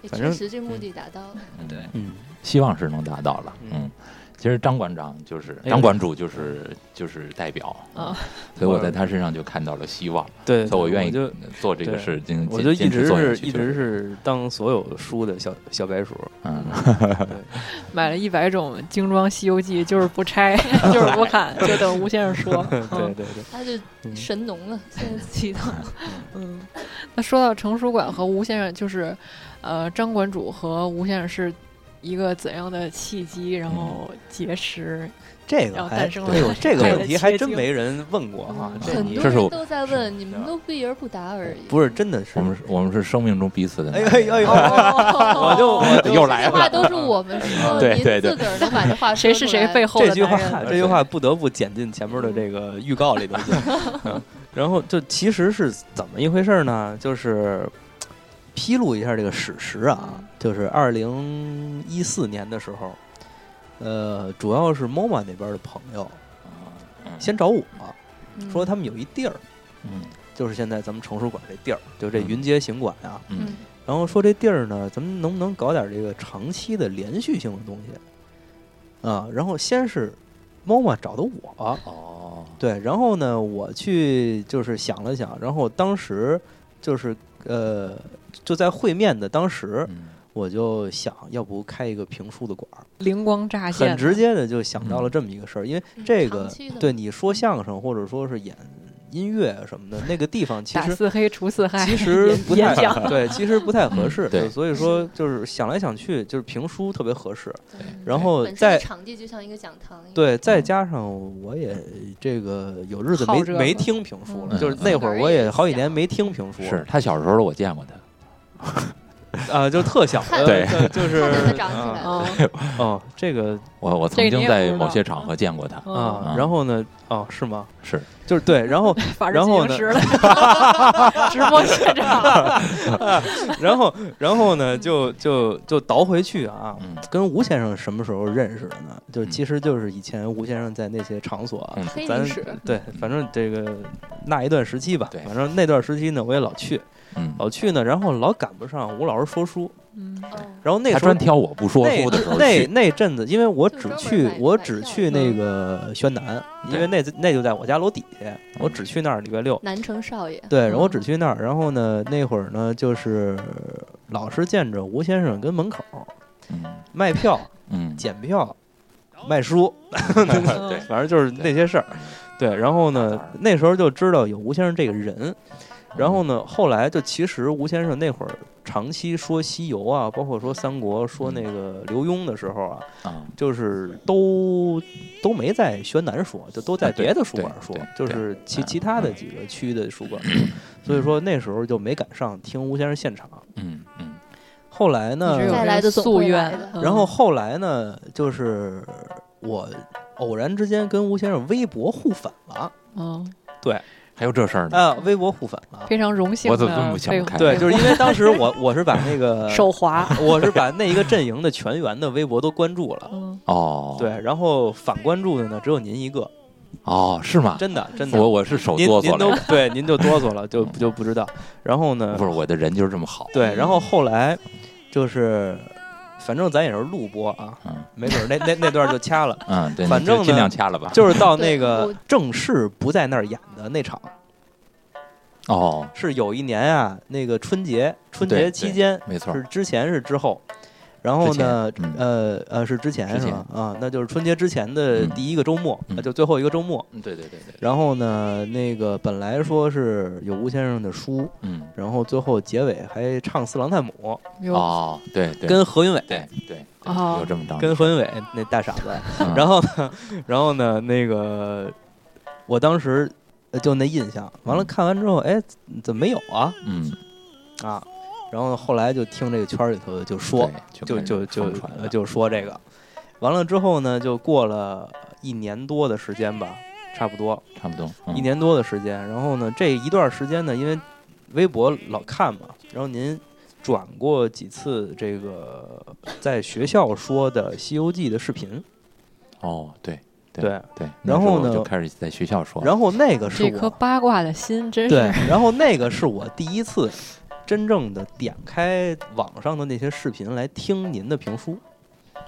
Speaker 4: 也
Speaker 1: 反正
Speaker 4: 确实这目的达到了。
Speaker 2: 对，
Speaker 1: 嗯
Speaker 2: 希望是能达到了，
Speaker 1: 嗯
Speaker 2: 嗯，其实张馆长就是
Speaker 1: 哎呦哦
Speaker 2: 张馆主就是就是代表嗯
Speaker 3: 啊，
Speaker 2: 所以我在他身上就看到了希望，
Speaker 1: 嗯对，
Speaker 2: 所以我愿意
Speaker 1: 就
Speaker 2: 做这个
Speaker 1: 对
Speaker 2: 事情，
Speaker 1: 我
Speaker 2: 坚
Speaker 1: 就一
Speaker 2: 坚持
Speaker 1: 直
Speaker 2: 做下
Speaker 1: 是
Speaker 2: 去
Speaker 1: 一
Speaker 2: 就
Speaker 1: 直
Speaker 2: 是
Speaker 1: 是当所有书的小小白鼠，
Speaker 2: 嗯，
Speaker 3: 买了一百种精装《西游记》，就是不拆， 就是不看，就等吴先生说。
Speaker 1: 对对对，
Speaker 4: 他就
Speaker 1: 嗯
Speaker 4: 神农了，现在自己都
Speaker 3: 嗯， 那说到成书馆和吴先生，就是，呃，张馆主和吴先生是一个怎样的契机，然后结识？
Speaker 1: 这
Speaker 3: 然
Speaker 1: 个
Speaker 3: 后
Speaker 1: 还
Speaker 3: 诞生了
Speaker 1: 哎呦，这个
Speaker 3: 爱的
Speaker 1: 问题还
Speaker 3: 结
Speaker 1: 真
Speaker 3: 晶
Speaker 1: 没人问过哈，
Speaker 3: 嗯
Speaker 1: 啊这
Speaker 4: 很
Speaker 1: 你
Speaker 4: 多
Speaker 2: 这是我
Speaker 4: 人都在问，你们都避而不答而已。
Speaker 1: 不是真的是
Speaker 2: 我们是我们是生命中彼此的
Speaker 1: 哎
Speaker 2: 男
Speaker 1: 呦
Speaker 2: 人，啊
Speaker 1: 哎呦哎呦， 我就我就
Speaker 2: 又来
Speaker 4: 这
Speaker 2: 了嗯
Speaker 4: 话都是我们说，
Speaker 2: 对
Speaker 4: 您
Speaker 2: 对对
Speaker 4: 自个儿都把这话 说
Speaker 3: 谁是谁
Speaker 4: 出来
Speaker 3: 背后的
Speaker 1: 这句话
Speaker 3: 男人，
Speaker 1: 这句话不得不剪进前面的这个预告里头去。 嗯然后就其实是怎么一回事呢？就是披露一下这个史实啊
Speaker 3: 嗯，
Speaker 1: 就是二零一四年的时候，呃，主要是 MoMA 那边的朋友
Speaker 2: 嗯
Speaker 1: 先找我
Speaker 4: 嗯
Speaker 1: 说，他们有一地儿，
Speaker 2: 嗯
Speaker 1: 就是现在咱们成书馆这地儿，就这
Speaker 2: 嗯
Speaker 1: 云街行馆啊。
Speaker 2: 嗯
Speaker 1: 然后说这地儿呢，咱们能不能搞点这个长期的连续性的东西啊？然后先是 MoMA 找的我。
Speaker 2: 哦，
Speaker 1: 对，然后呢，我去就是想了想，然后当时就是呃，就在会面的当时，
Speaker 2: 嗯
Speaker 1: 我就想要不开一个评书的馆儿，
Speaker 3: 灵光乍现，
Speaker 1: 很直。接的就想
Speaker 2: 嗯
Speaker 1: 到了这么一个事儿，因为这
Speaker 4: 嗯长
Speaker 1: 个
Speaker 4: 期的
Speaker 1: 对你说相声或者说是演音乐啊什么的，那个地方其
Speaker 3: 打
Speaker 1: 实。
Speaker 3: 四黑除四害，
Speaker 1: 其实不太
Speaker 3: 演讲
Speaker 1: 对，其实不太合
Speaker 2: 嗯
Speaker 1: 适，
Speaker 2: 对
Speaker 1: 所以说就是想来想去，就是评书特别合适，
Speaker 4: 对
Speaker 1: 然后
Speaker 4: 嗯本身
Speaker 1: 再
Speaker 4: 场地就像一个讲堂一样，
Speaker 1: 对，再加上我也这个有日子没
Speaker 3: 嗯好这个
Speaker 1: 没听评书了，
Speaker 2: 嗯
Speaker 1: 就是那会儿我也好几年没听评书了，
Speaker 2: 是他小时候我见过他，
Speaker 1: 啊，就特小的，
Speaker 2: 对
Speaker 1: 就就是
Speaker 4: 看着它长起来
Speaker 1: 啊
Speaker 3: 嗯
Speaker 1: 哦，这个
Speaker 2: 我我曾
Speaker 3: 这个
Speaker 2: 经
Speaker 3: 你也
Speaker 2: 在
Speaker 3: 不知
Speaker 2: 某
Speaker 3: 道啊
Speaker 2: 些场合见过他，
Speaker 3: 嗯，
Speaker 1: 啊
Speaker 2: 嗯，
Speaker 1: 然后呢，哦，是吗？
Speaker 2: 是
Speaker 1: 就是对，然后
Speaker 3: 法制
Speaker 1: 然
Speaker 3: 进
Speaker 1: 后
Speaker 3: 行
Speaker 1: 呢
Speaker 3: 时 了，直播现场，
Speaker 1: 然后然后呢，就就就倒回去啊
Speaker 2: 嗯，
Speaker 1: 跟吴先生什么时候认识的呢？就
Speaker 2: 嗯
Speaker 1: 其实就是以前吴先生在那些场所啊，
Speaker 2: 嗯
Speaker 4: 黑
Speaker 1: 咱
Speaker 4: 历史，
Speaker 1: 对，反正这个那一段时期吧
Speaker 2: 对，
Speaker 1: 反正那段时期呢，我也老去，
Speaker 2: 嗯，
Speaker 1: 老去呢，然后老赶不上吴老师说书，
Speaker 3: 嗯
Speaker 4: 哦
Speaker 1: 然后那
Speaker 2: 他
Speaker 1: 时候
Speaker 2: 专。挑我不说
Speaker 1: 那
Speaker 2: 书的时候
Speaker 1: 那
Speaker 2: 去，
Speaker 1: 那阵子，因为我
Speaker 4: 就
Speaker 1: 只
Speaker 4: 专门
Speaker 1: 去
Speaker 4: 买
Speaker 1: 我
Speaker 4: 买
Speaker 1: 只
Speaker 4: 票
Speaker 1: 去
Speaker 4: 的
Speaker 1: 那
Speaker 4: 嗯
Speaker 1: 个宣南，因为那那就在我家楼底下，我只去那儿礼拜六。
Speaker 4: 南城少爷，
Speaker 1: 对，然后我
Speaker 4: 嗯
Speaker 1: 只去那儿，然后呢，那会儿呢，就是老是见着吴先生跟门口
Speaker 2: 嗯
Speaker 1: 卖票、
Speaker 2: 嗯，
Speaker 1: 检票、卖书，
Speaker 3: 嗯
Speaker 2: 对，
Speaker 1: 反正就是那些事儿。对，然后呢，那时候就知道有吴先生这个人，然后呢，后来就其实吴先生那会儿长期说西游啊，包括说三国、说那个刘墉的时候啊，
Speaker 2: 啊，
Speaker 1: 就是都都没在宣南说，就都在
Speaker 2: 啊对
Speaker 1: 别的书馆说
Speaker 2: 对，
Speaker 1: 就
Speaker 2: 对
Speaker 1: 是其
Speaker 2: 嗯
Speaker 1: 其他的几个区的书馆，所以说那时候就没赶上听吴先生现场。
Speaker 2: 嗯嗯
Speaker 1: 后来呢
Speaker 3: 一直，有
Speaker 4: 再来
Speaker 3: 这
Speaker 4: 的
Speaker 3: 个
Speaker 4: 总
Speaker 3: 夙
Speaker 4: 会来
Speaker 3: 愿
Speaker 4: 的。
Speaker 3: 嗯
Speaker 1: 然后后来呢，就是我偶然之间跟吴先生微博互粉了
Speaker 3: 嗯，
Speaker 2: 还有这事儿呢，
Speaker 1: 啊，微博互粉了。
Speaker 3: 非常荣幸
Speaker 2: 我
Speaker 3: 的
Speaker 2: 怎么这
Speaker 3: 被
Speaker 2: 么想不开
Speaker 1: 对，就是因为当时 我我是把那个
Speaker 3: 手滑，
Speaker 1: 我是把那一个阵营的全员的微博都关注了，
Speaker 3: 嗯，
Speaker 2: 哦，
Speaker 1: 对，然后反关注的呢只有您一个，
Speaker 2: 哦，是吗？
Speaker 1: 真的真的
Speaker 2: 我，我是手
Speaker 1: 您
Speaker 2: 哆嗦
Speaker 1: 您都
Speaker 2: 了，
Speaker 1: 对，您就哆嗦了，就就不知道。然后呢
Speaker 2: 不，是我的人就是这么好，
Speaker 1: 对，然后
Speaker 4: 嗯
Speaker 1: 后来就是，反正咱也是录播啊，
Speaker 2: 嗯
Speaker 1: 没准儿那那那段就掐 了，
Speaker 2: 嗯，对，你
Speaker 1: 反
Speaker 2: 就
Speaker 1: 正
Speaker 2: 尽
Speaker 1: 呢
Speaker 2: 量掐了吧，
Speaker 1: 就是到那
Speaker 4: 对
Speaker 1: 个
Speaker 4: 我
Speaker 1: 正式不在那儿演的那场，
Speaker 2: 哦，
Speaker 1: 是有一年啊，那个春节春
Speaker 2: 对
Speaker 1: 节
Speaker 2: 对
Speaker 1: 期间
Speaker 2: 没错
Speaker 1: 是，之前是之后，然后
Speaker 2: 之前
Speaker 1: 呢，
Speaker 2: 嗯
Speaker 1: 呃呃是之前
Speaker 2: 之
Speaker 1: 是
Speaker 2: 前
Speaker 1: 吧？啊，那就是春节之前的
Speaker 2: 嗯
Speaker 1: 第一个周末，
Speaker 2: 嗯
Speaker 1: 啊就最后一个周末。
Speaker 2: 嗯对对对对，
Speaker 1: 然后呢，那个本来说是有吴先生的书，
Speaker 2: 嗯，
Speaker 1: 然后最后结尾还唱《四郎探母》，
Speaker 3: 有
Speaker 2: 哦，对对，
Speaker 1: 跟何云伟，
Speaker 2: 对对，
Speaker 3: 哦
Speaker 2: 有这么着，
Speaker 1: 跟何云伟那大傻子。
Speaker 2: 嗯
Speaker 1: 然后呢，然后呢，那个我当时呃就那印象，完了
Speaker 2: 嗯
Speaker 1: 看完之后，哎，怎么没有啊
Speaker 2: 嗯
Speaker 1: 啊？然后后来就听这个圈儿里头就说，
Speaker 2: 对
Speaker 1: 就
Speaker 2: 开始
Speaker 1: 就就
Speaker 2: 疯传
Speaker 1: 呃
Speaker 2: 了
Speaker 1: 就说这个。完了之后呢，就过了一年多的时间吧，差不多
Speaker 2: 差不多嗯
Speaker 1: 一年多的时间。然后呢，这一段时间呢，因为微博老看嘛，然后您转过几次这个在学校说的《西游记》的视频，
Speaker 2: 哦，对
Speaker 1: 对。
Speaker 2: 对，
Speaker 1: 然
Speaker 2: 那时
Speaker 1: 后
Speaker 2: 候
Speaker 1: 呢
Speaker 2: 就开始在学校说，
Speaker 1: 然后那个是
Speaker 3: 这颗
Speaker 1: 我
Speaker 3: 八卦的心真
Speaker 1: 对
Speaker 3: 是，
Speaker 1: 然后那个是我第一次真正的点开网上的那些视频来听您的评书，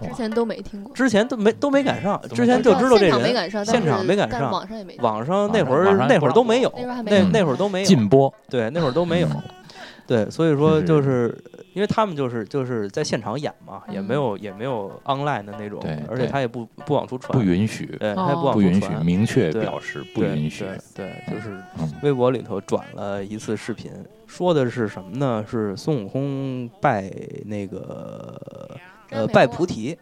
Speaker 4: 之前都没听过，哦
Speaker 1: 之前都没都没赶上，
Speaker 2: 么
Speaker 1: 之前就知道这
Speaker 4: 现场没
Speaker 1: 人，
Speaker 4: 赶上，
Speaker 1: 现场
Speaker 4: 但是
Speaker 1: 没赶
Speaker 4: 但
Speaker 1: 上
Speaker 4: 网上也没听
Speaker 1: 网上那会
Speaker 2: 网上
Speaker 1: 儿
Speaker 2: 还
Speaker 1: 那会儿
Speaker 2: 不
Speaker 1: 都没有
Speaker 4: 那时候还，没
Speaker 1: 那
Speaker 2: 有
Speaker 1: 那会儿都没有，
Speaker 2: 禁播，
Speaker 1: 对，那会儿都没有
Speaker 2: 嗯，
Speaker 1: 对，所以说
Speaker 2: 就
Speaker 1: 就是因为他们就是就是在现场演嘛，也没有也没有 online 的那种
Speaker 2: 对，
Speaker 1: 而且
Speaker 2: 对
Speaker 1: 他也不不往出传，
Speaker 2: 不允许，
Speaker 1: 对，他也往
Speaker 3: 哦
Speaker 2: 不
Speaker 1: 呃出
Speaker 2: 允许，
Speaker 1: 传，
Speaker 2: 明确
Speaker 1: 对
Speaker 2: 表示不
Speaker 1: 对
Speaker 2: 允许。
Speaker 1: 对对，
Speaker 2: 嗯
Speaker 1: 就是
Speaker 2: 嗯
Speaker 1: 微博里头转了一次视频，说的是什么呢？是孙悟空拜那个呃拜菩提，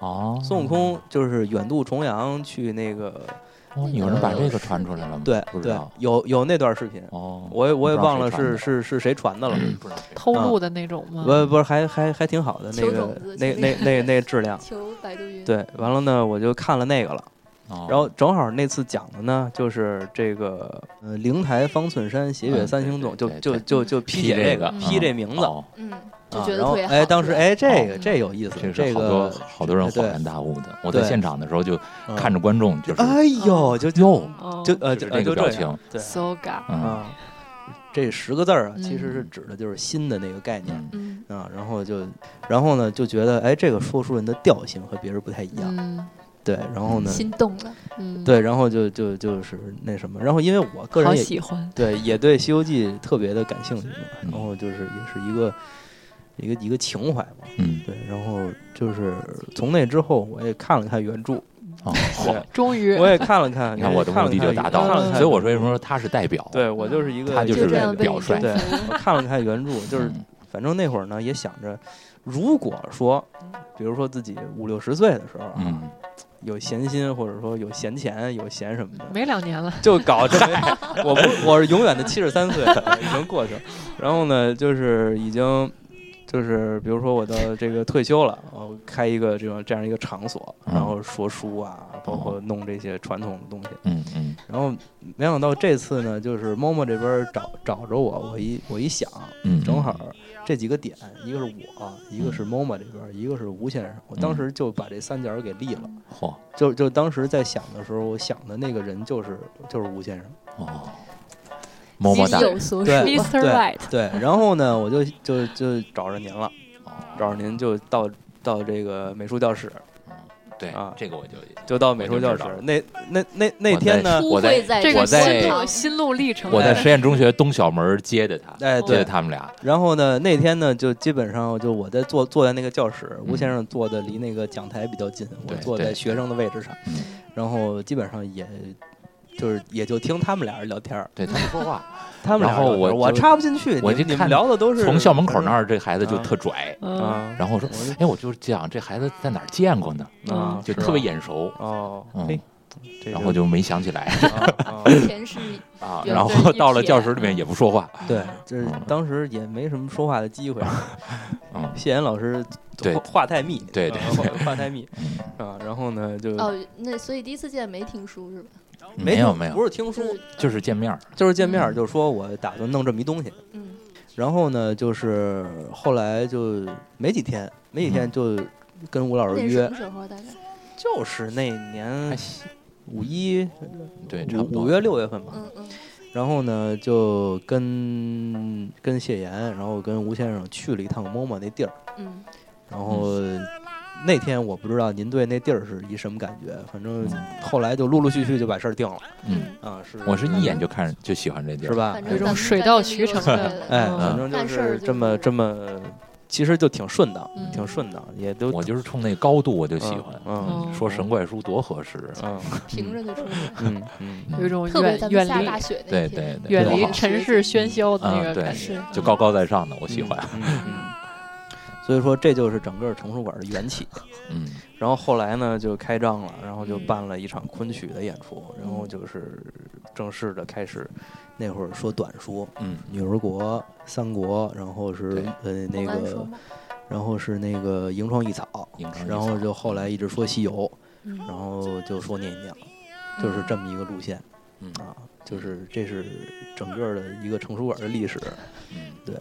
Speaker 2: 哦，
Speaker 1: 孙悟空就是远渡重洋去那个
Speaker 2: 哦，有人把这个传出来了吗？
Speaker 1: 对
Speaker 2: 不知
Speaker 1: 对
Speaker 2: 道，。
Speaker 1: 有有那段视频，
Speaker 2: 哦，
Speaker 1: 我也我也
Speaker 2: 不知道
Speaker 1: 忘了
Speaker 2: 谁传
Speaker 1: 是
Speaker 2: 的
Speaker 1: 是是谁传的 了。
Speaker 2: 不知道谁
Speaker 1: 嗯
Speaker 3: 偷录的那种吗？
Speaker 1: 不不是还还还挺好的那
Speaker 4: 嗯求
Speaker 1: 个
Speaker 4: 种子
Speaker 1: 那
Speaker 4: 求
Speaker 1: 那那 那质量，
Speaker 4: 求百度云，，
Speaker 1: 对，完了呢我就看了那个了，
Speaker 2: 哦
Speaker 1: 然后正好那次讲的呢就是这个呃灵台方寸山斜月
Speaker 2: 嗯
Speaker 1: 三
Speaker 2: 对
Speaker 1: 星
Speaker 2: 对
Speaker 1: 洞，就
Speaker 2: 对
Speaker 1: 就
Speaker 2: 对
Speaker 1: 就就批
Speaker 2: 批
Speaker 1: 解
Speaker 2: 这
Speaker 1: 个
Speaker 2: 个
Speaker 1: 批
Speaker 2: 嗯
Speaker 1: 这名字，
Speaker 2: 哦
Speaker 4: 嗯，就
Speaker 1: 啊
Speaker 4: 觉，得
Speaker 1: 然后
Speaker 4: 特别好。
Speaker 1: 哎当时哎这个
Speaker 3: 嗯
Speaker 1: 这有意思，
Speaker 2: 这
Speaker 1: 这
Speaker 2: 是好多
Speaker 1: 个
Speaker 2: 好多人
Speaker 1: 对
Speaker 2: 恍然大悟的。我
Speaker 1: 对
Speaker 2: 在现场的时候就
Speaker 1: 嗯
Speaker 2: 看着观众，就是
Speaker 1: 哎呦就就
Speaker 3: 哦
Speaker 1: 就呃
Speaker 2: 就
Speaker 1: 就是呃
Speaker 2: 这
Speaker 1: 就
Speaker 2: 个表
Speaker 1: 这样
Speaker 2: 情，
Speaker 1: 对
Speaker 3: so ga，
Speaker 2: 嗯
Speaker 1: 啊，这十个字儿啊其实是
Speaker 2: 嗯
Speaker 1: 指的就是新的那个概念。
Speaker 2: 嗯
Speaker 4: 嗯，
Speaker 1: 啊，然后就，然后呢，就觉得，哎，这个说书人的调性和别人不太一样，
Speaker 3: 嗯
Speaker 1: 对，然后呢，
Speaker 4: 心动了，
Speaker 3: 嗯，，
Speaker 1: 对，然后就就就是那什么，然后因为我个
Speaker 3: 好
Speaker 1: 人也
Speaker 3: 喜欢，
Speaker 1: 对也对《西游记》特别的感兴趣嘛，
Speaker 2: 嗯
Speaker 1: 然后就是也是一个一个一个情怀嘛，
Speaker 2: 嗯
Speaker 1: 对，然后就是从那之后我也看了看原著，
Speaker 2: 哦，
Speaker 1: 对，
Speaker 3: 终于
Speaker 1: 我也看了看，
Speaker 2: 你看我的
Speaker 1: 看
Speaker 2: 目
Speaker 1: 了
Speaker 2: 的
Speaker 1: 看
Speaker 2: 就达到
Speaker 1: 看了
Speaker 2: 了，
Speaker 1: 看
Speaker 2: 所以我说为什么说他是代表？
Speaker 1: 对我就是一个
Speaker 2: 他就
Speaker 4: 就是这样被
Speaker 2: 表率
Speaker 4: 征
Speaker 1: 对
Speaker 4: 服了
Speaker 1: 我看了看原著，就是
Speaker 2: 嗯
Speaker 1: 反正那会儿呢也想着，如果说，比如说自己五六十岁的时候啊，
Speaker 2: 嗯，
Speaker 1: 有闲心或者说有闲钱、有闲什么的，
Speaker 3: 没两年了，
Speaker 1: 就搞这么一。我不，我是永远的七十三岁，已经过去了。然后呢，就是已经。就是比如说我到这个退休了，我开一个这种这样一个场所，
Speaker 2: 嗯
Speaker 1: 然后说书啊，包括弄这些传统的东西。
Speaker 2: 嗯嗯
Speaker 1: 然后没想到这次呢，就是猫猫这边找找着我，我一我一想，
Speaker 2: 嗯，
Speaker 1: 正好这几个点，一个是我，一个是 MoMA 这边，一个是吴先生，我当时就把这三角给立了。
Speaker 2: 嗯嚯
Speaker 1: 就就当时在想的时候，我想的那个人就是就是吴先生。
Speaker 2: 哦，么么哒
Speaker 4: 心，有所属
Speaker 1: 对，
Speaker 3: Mr.
Speaker 1: 对
Speaker 3: Right，
Speaker 1: 对，然后呢，我就就就找着您了，
Speaker 2: 哦
Speaker 1: 找着您就到到这个美术教室，
Speaker 2: 对
Speaker 1: 啊
Speaker 2: 这个我就
Speaker 1: 就到美术教室
Speaker 2: 我就知道。了
Speaker 1: 那那那那天呢，
Speaker 4: 初
Speaker 2: 我在
Speaker 4: 会在
Speaker 3: 这
Speaker 2: 我
Speaker 3: 个
Speaker 2: 在
Speaker 3: 心
Speaker 4: 路
Speaker 3: 路心路历程，
Speaker 2: 我在实验中学东小门接的他，
Speaker 1: 哎
Speaker 2: 接的
Speaker 1: 对，
Speaker 2: 他们俩，
Speaker 1: 然后呢那天呢就基本上就我在坐坐在那个教室，吴先生坐的离那个讲台比较近，我
Speaker 2: 嗯对
Speaker 1: 坐
Speaker 2: 对
Speaker 1: 在学生的位置上
Speaker 2: 嗯，
Speaker 1: 然后基本上也。就是也就听他们俩人聊天儿，
Speaker 2: 对他们说话，
Speaker 1: 他们俩
Speaker 2: 然后
Speaker 1: 聊天儿
Speaker 2: 我
Speaker 1: 我
Speaker 2: 就
Speaker 1: 插不进去，
Speaker 2: 我
Speaker 1: 你们
Speaker 2: 就
Speaker 1: 你们
Speaker 2: 看
Speaker 1: 聊的都是
Speaker 2: 从校门口那
Speaker 1: 儿
Speaker 2: 儿这孩子就特拽，
Speaker 3: 嗯，
Speaker 1: 啊
Speaker 2: 然后我说，哎，我就讲这孩子在哪儿见过呢，
Speaker 1: 啊，
Speaker 2: 就是特别
Speaker 1: 吧
Speaker 2: 眼熟，
Speaker 1: 哦，
Speaker 2: 嗯
Speaker 1: 嘿，这
Speaker 2: 然后就没想起来
Speaker 1: 啊啊
Speaker 4: 前世
Speaker 2: 啊，
Speaker 3: 缘
Speaker 2: 然
Speaker 3: 分
Speaker 2: 后
Speaker 3: 一
Speaker 2: 到了
Speaker 3: 撇
Speaker 2: 教室里面也不说话，
Speaker 1: 对，就是
Speaker 2: 嗯
Speaker 1: 当时也没什么说话的机会。
Speaker 2: 嗯
Speaker 1: 谢岩老师
Speaker 2: 对
Speaker 1: 话话太密，
Speaker 2: 对对嗯
Speaker 1: 啊话话太密啊。然后呢，就
Speaker 4: 哦，那所以第一次见没听书是吧？
Speaker 2: 没有
Speaker 1: 听
Speaker 2: 没有，
Speaker 1: 不是听书，
Speaker 2: 就是见面儿，
Speaker 1: 就是见
Speaker 2: 嗯
Speaker 1: 面儿，就说我打算弄这么一东西。
Speaker 4: 嗯，
Speaker 1: 然后呢，就是后来就没几天，没几
Speaker 2: 嗯
Speaker 1: 天就跟吴老
Speaker 4: 那
Speaker 1: 师
Speaker 4: 是
Speaker 1: 约
Speaker 4: 什，么时候大概？
Speaker 1: 就是那年
Speaker 2: 还行
Speaker 1: 五一
Speaker 2: 对，哎差不
Speaker 1: 五
Speaker 2: 多
Speaker 1: 五月六月份吧。
Speaker 4: 嗯嗯，
Speaker 1: 然后呢，就跟跟谢岩，然后跟吴先生去了一趟 MOMO 那地儿。
Speaker 4: 嗯，
Speaker 1: 然后那天我不知道您对那地儿是一什么感觉，反正后来就陆陆续续就把事儿定了
Speaker 2: 嗯，
Speaker 1: 啊。是，
Speaker 2: 我是一眼就看就喜欢这地儿，
Speaker 1: 是？吧？
Speaker 4: 反
Speaker 1: 哎
Speaker 4: 正
Speaker 3: 有一种
Speaker 4: 咱们
Speaker 3: 水
Speaker 4: 在
Speaker 3: 到
Speaker 4: 那
Speaker 3: 渠
Speaker 4: 个
Speaker 3: 成
Speaker 4: 对
Speaker 3: 的
Speaker 1: 哎，
Speaker 3: 嗯
Speaker 1: 反正
Speaker 4: 哦办
Speaker 1: 就
Speaker 4: 事儿
Speaker 1: 是
Speaker 4: 就
Speaker 1: 这么
Speaker 4: 是
Speaker 1: 这么，其实就挺顺当，
Speaker 3: 嗯
Speaker 1: 挺顺当，也都
Speaker 2: 我就是冲那高度我就
Speaker 1: 嗯
Speaker 2: 喜欢，
Speaker 1: 嗯
Speaker 3: 嗯
Speaker 2: 说神怪书多合适，啊
Speaker 1: 嗯
Speaker 4: 平哦着就出来了，
Speaker 1: 嗯嗯，
Speaker 3: 有一种
Speaker 4: 特别
Speaker 3: 远
Speaker 4: 咱们
Speaker 3: 远
Speaker 4: 下大
Speaker 3: 离
Speaker 4: 雪那
Speaker 2: 对
Speaker 4: 天，
Speaker 2: 对对
Speaker 3: 远离
Speaker 2: 多好
Speaker 3: 尘世喧嚣的那
Speaker 2: 啊，
Speaker 3: 个
Speaker 2: 对
Speaker 3: 感觉，，
Speaker 2: 就高高在上的我喜欢，
Speaker 1: 嗯。嗯嗯所以说，这就是整个成书馆的缘起。
Speaker 2: 嗯，
Speaker 1: 然后后来呢，就开张了，然后就
Speaker 3: 嗯
Speaker 1: 办了一场昆曲的演出，然
Speaker 4: 嗯
Speaker 1: 后就是正式的开始。那会儿说短书，
Speaker 2: 嗯，
Speaker 1: 女儿国、三国，然后是
Speaker 2: 对
Speaker 1: 呃那
Speaker 4: 我刚说
Speaker 1: 个，
Speaker 4: 嘛
Speaker 1: 然后是那个萤窗异草，
Speaker 2: 迎承一
Speaker 1: 然
Speaker 2: 下
Speaker 1: 后就后来一直说西游，
Speaker 4: 嗯
Speaker 1: 然后就说念一念，
Speaker 3: 嗯
Speaker 1: 就是这么一个路线
Speaker 2: 嗯
Speaker 1: 啊，就是这是整个的一个成书馆的历史，
Speaker 2: 嗯
Speaker 1: 对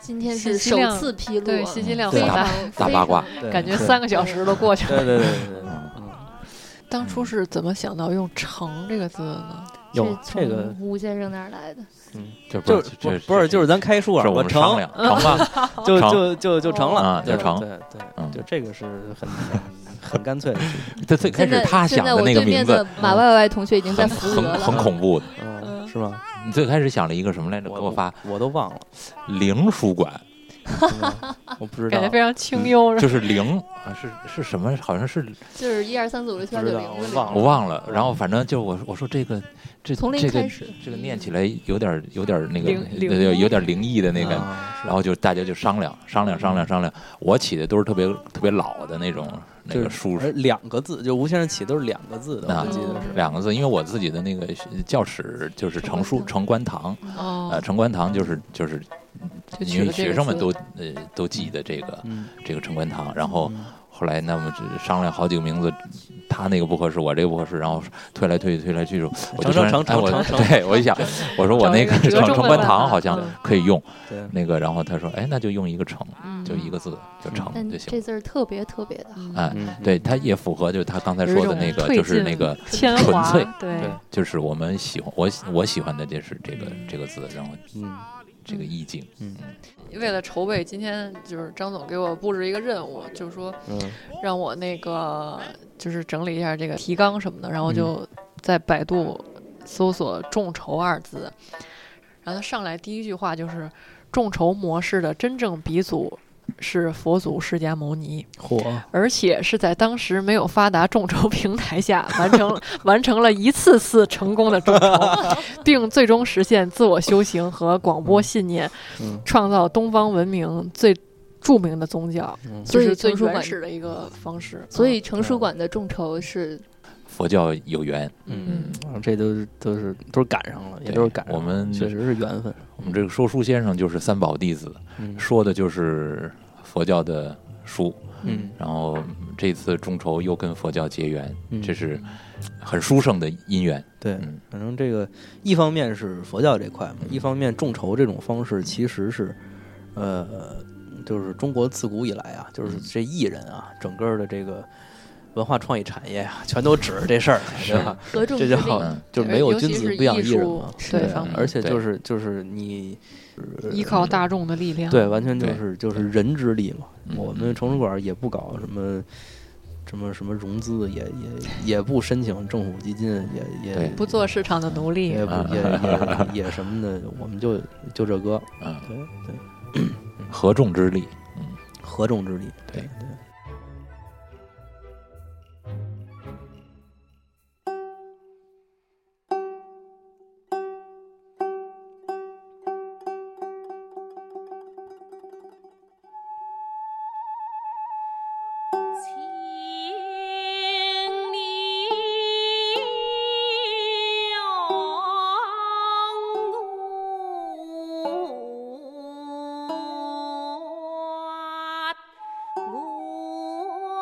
Speaker 4: 今天
Speaker 3: 信
Speaker 4: 是
Speaker 3: 息
Speaker 4: 首
Speaker 3: 量
Speaker 4: 次披露
Speaker 3: 对
Speaker 4: 啊，
Speaker 3: 信息量
Speaker 1: 对
Speaker 3: 很
Speaker 4: 非
Speaker 3: 大，
Speaker 4: 常
Speaker 2: 大八卦，
Speaker 4: 非
Speaker 1: 对
Speaker 3: 感觉
Speaker 1: 对
Speaker 3: 三个小时都过去了。
Speaker 1: 对对对对 对，嗯，
Speaker 3: 当初是怎么想到用“成”这个字的呢？
Speaker 4: 常
Speaker 1: 有
Speaker 4: 是
Speaker 1: 这个
Speaker 4: 从吴先生那儿来的，
Speaker 2: 这
Speaker 1: 就
Speaker 2: 不
Speaker 1: 是
Speaker 2: 是
Speaker 1: 不
Speaker 2: 这
Speaker 1: 不是就是咱开书
Speaker 2: 这
Speaker 1: 啊，
Speaker 2: 是我们商
Speaker 1: 成
Speaker 2: 量成吧，
Speaker 1: 就
Speaker 2: 成
Speaker 1: 就就就成了，
Speaker 2: 啊
Speaker 1: 对
Speaker 2: 就成
Speaker 1: 对对，
Speaker 2: 嗯，
Speaker 1: 就这个是 很很很干脆的事情，
Speaker 2: 他最开
Speaker 4: 现
Speaker 2: 始
Speaker 4: 在
Speaker 2: 他
Speaker 4: 现
Speaker 2: 想
Speaker 4: 在我
Speaker 2: 那
Speaker 4: 对
Speaker 2: 个
Speaker 4: 面
Speaker 2: 名
Speaker 4: 的
Speaker 2: 字嗯
Speaker 4: 马外外同学已经在
Speaker 2: 很
Speaker 4: 扶额
Speaker 2: 很很
Speaker 4: 了，
Speaker 2: 恐怖的。
Speaker 1: 嗯，
Speaker 4: 嗯
Speaker 1: 是吗？
Speaker 2: 你最开始想了一个什么来着？给我发
Speaker 1: 我都 忘了，
Speaker 2: 零书馆，
Speaker 1: 是吗我不知道啊嗯
Speaker 3: 感觉，非常清幽，
Speaker 2: 就是零啊，是是什么？好像是
Speaker 4: 就是一二三四五六七八
Speaker 1: 不
Speaker 4: 九
Speaker 1: 知
Speaker 4: 零
Speaker 1: 道
Speaker 4: 的
Speaker 1: 我
Speaker 4: 那
Speaker 1: 忘
Speaker 4: 种
Speaker 1: 了
Speaker 2: 我忘了。然后反正就我我说这个这
Speaker 4: 从零
Speaker 2: 这
Speaker 4: 开
Speaker 2: 个
Speaker 4: 始
Speaker 2: 这个念起来有点儿有点儿那个
Speaker 3: 灵灵
Speaker 2: 有有点儿灵异的那个
Speaker 1: 啊是
Speaker 2: 然后就大家就商量商量商量商量，我起的都是特别特别老的那种那
Speaker 1: 就
Speaker 2: 个
Speaker 1: 是
Speaker 2: 书
Speaker 1: 而两个字，就吴先生起都是两个字的，
Speaker 2: 啊
Speaker 1: 我记
Speaker 3: 嗯
Speaker 1: 得是。
Speaker 2: 两个字，因为我自己的那个教室就是成书成观堂，呃，
Speaker 3: 哦，
Speaker 2: 成观堂就是就是
Speaker 1: 啊
Speaker 3: 就
Speaker 2: 因
Speaker 3: 取
Speaker 2: 为
Speaker 3: 了这
Speaker 2: 学
Speaker 3: 个
Speaker 2: 生们
Speaker 3: 字
Speaker 2: 都呃都记得这个
Speaker 1: 嗯，
Speaker 2: 这个成观堂，然后
Speaker 1: 嗯
Speaker 2: 后来那么就商量好几个名字，他那个不合适，我这个不合适，然后推来推去推来推去，我就
Speaker 1: 成成
Speaker 2: 突
Speaker 1: 成
Speaker 2: 然哎我
Speaker 1: 成成
Speaker 2: 对我一想，我说我
Speaker 3: 找
Speaker 2: 那
Speaker 3: 一
Speaker 2: 个
Speaker 3: 个折
Speaker 2: 成
Speaker 3: 中
Speaker 2: 成
Speaker 3: 的
Speaker 2: 观
Speaker 3: 办
Speaker 2: 堂
Speaker 3: 法
Speaker 2: 好像
Speaker 3: 嗯
Speaker 2: 可以用
Speaker 1: 对，
Speaker 2: 那个，然后他说哎那就用一个成，就一个字就
Speaker 1: 嗯
Speaker 2: 成
Speaker 4: 但
Speaker 2: 就行。
Speaker 4: 这字儿特别特别的好，
Speaker 3: 嗯
Speaker 2: 哎
Speaker 1: 嗯，
Speaker 2: 对，它也符合就是他刚才说的那个，
Speaker 3: 有一
Speaker 2: 就
Speaker 3: 种
Speaker 2: 是那个，
Speaker 3: 铅
Speaker 2: 纯
Speaker 3: 华
Speaker 2: 粹
Speaker 3: 对
Speaker 1: 对
Speaker 2: 就是我们喜欢我喜我喜欢的就是这个这个字，然后
Speaker 1: 嗯，
Speaker 2: 这个意境，
Speaker 1: 嗯
Speaker 3: 为了筹备，今天就是张总给我布置一个任务，就是说
Speaker 1: 嗯，
Speaker 3: 让我那个就是整理一下这个提纲什么的，然后我
Speaker 2: 嗯
Speaker 3: 就在百度搜索“众筹”二字，然后它上来第一句话就是“众筹模式的真正鼻祖是佛祖释迦牟尼”。
Speaker 1: 火，
Speaker 3: 而且是在当时没有发达众筹平台下 完成完成了一次次成功的 众筹，并最终实现自我修行和广播信念，
Speaker 1: 嗯
Speaker 3: 创造东方文明最著名的宗教，
Speaker 1: 嗯，
Speaker 4: 所以
Speaker 3: 就是最
Speaker 4: 成熟
Speaker 3: 原
Speaker 4: 版
Speaker 3: 始的一个方式。
Speaker 4: 所以成书馆的众筹是
Speaker 2: 佛教有缘，
Speaker 1: 嗯，然后这都是都是都是赶上了，也
Speaker 2: 对
Speaker 1: 都是赶上了。
Speaker 2: 我们
Speaker 1: 确实是缘分。
Speaker 2: 我们这个说书先生就是三宝弟子，
Speaker 1: 嗯
Speaker 2: 说的就是佛教的书，
Speaker 1: 嗯
Speaker 2: 然后这次众筹又跟佛教结缘，
Speaker 1: 嗯
Speaker 2: 这是很殊胜的因缘，
Speaker 1: 对
Speaker 2: 嗯，
Speaker 1: 反正这个一方面是佛教这块嘛，一方面众筹这种方式其实是，呃，就是中国自古以来啊，就是这艺人啊，整个的这个文化创意产业啊，全都指着这事儿，嗯对吧？
Speaker 4: 合众
Speaker 1: 这
Speaker 4: 之
Speaker 1: 就
Speaker 4: 力，
Speaker 1: 好
Speaker 2: 嗯，
Speaker 1: 就是没有
Speaker 3: 尤
Speaker 1: 君
Speaker 3: 其
Speaker 1: 子
Speaker 3: 是
Speaker 1: 不养
Speaker 3: 艺
Speaker 1: 艺人
Speaker 3: 术
Speaker 1: 嘛，
Speaker 3: 对
Speaker 1: 吧
Speaker 3: 方
Speaker 2: 面
Speaker 1: 而且
Speaker 2: 对
Speaker 1: 就是就是你
Speaker 3: 依靠大众的力量，
Speaker 1: 呃对，完全就
Speaker 2: 对
Speaker 1: 是就是人之力嘛。
Speaker 2: 嗯
Speaker 1: 我们城市馆也不搞什么什么什么融资，也也也不申请政府基金，也也
Speaker 2: 对
Speaker 3: 不做市场的奴隶
Speaker 1: 也。不也也也什么的，我们就就这歌，
Speaker 2: 嗯，
Speaker 1: 对对，
Speaker 2: 合众之力，
Speaker 1: 合众之力，
Speaker 2: 对
Speaker 1: 对。
Speaker 6: 千里洋路，我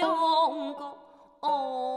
Speaker 6: 公公哦。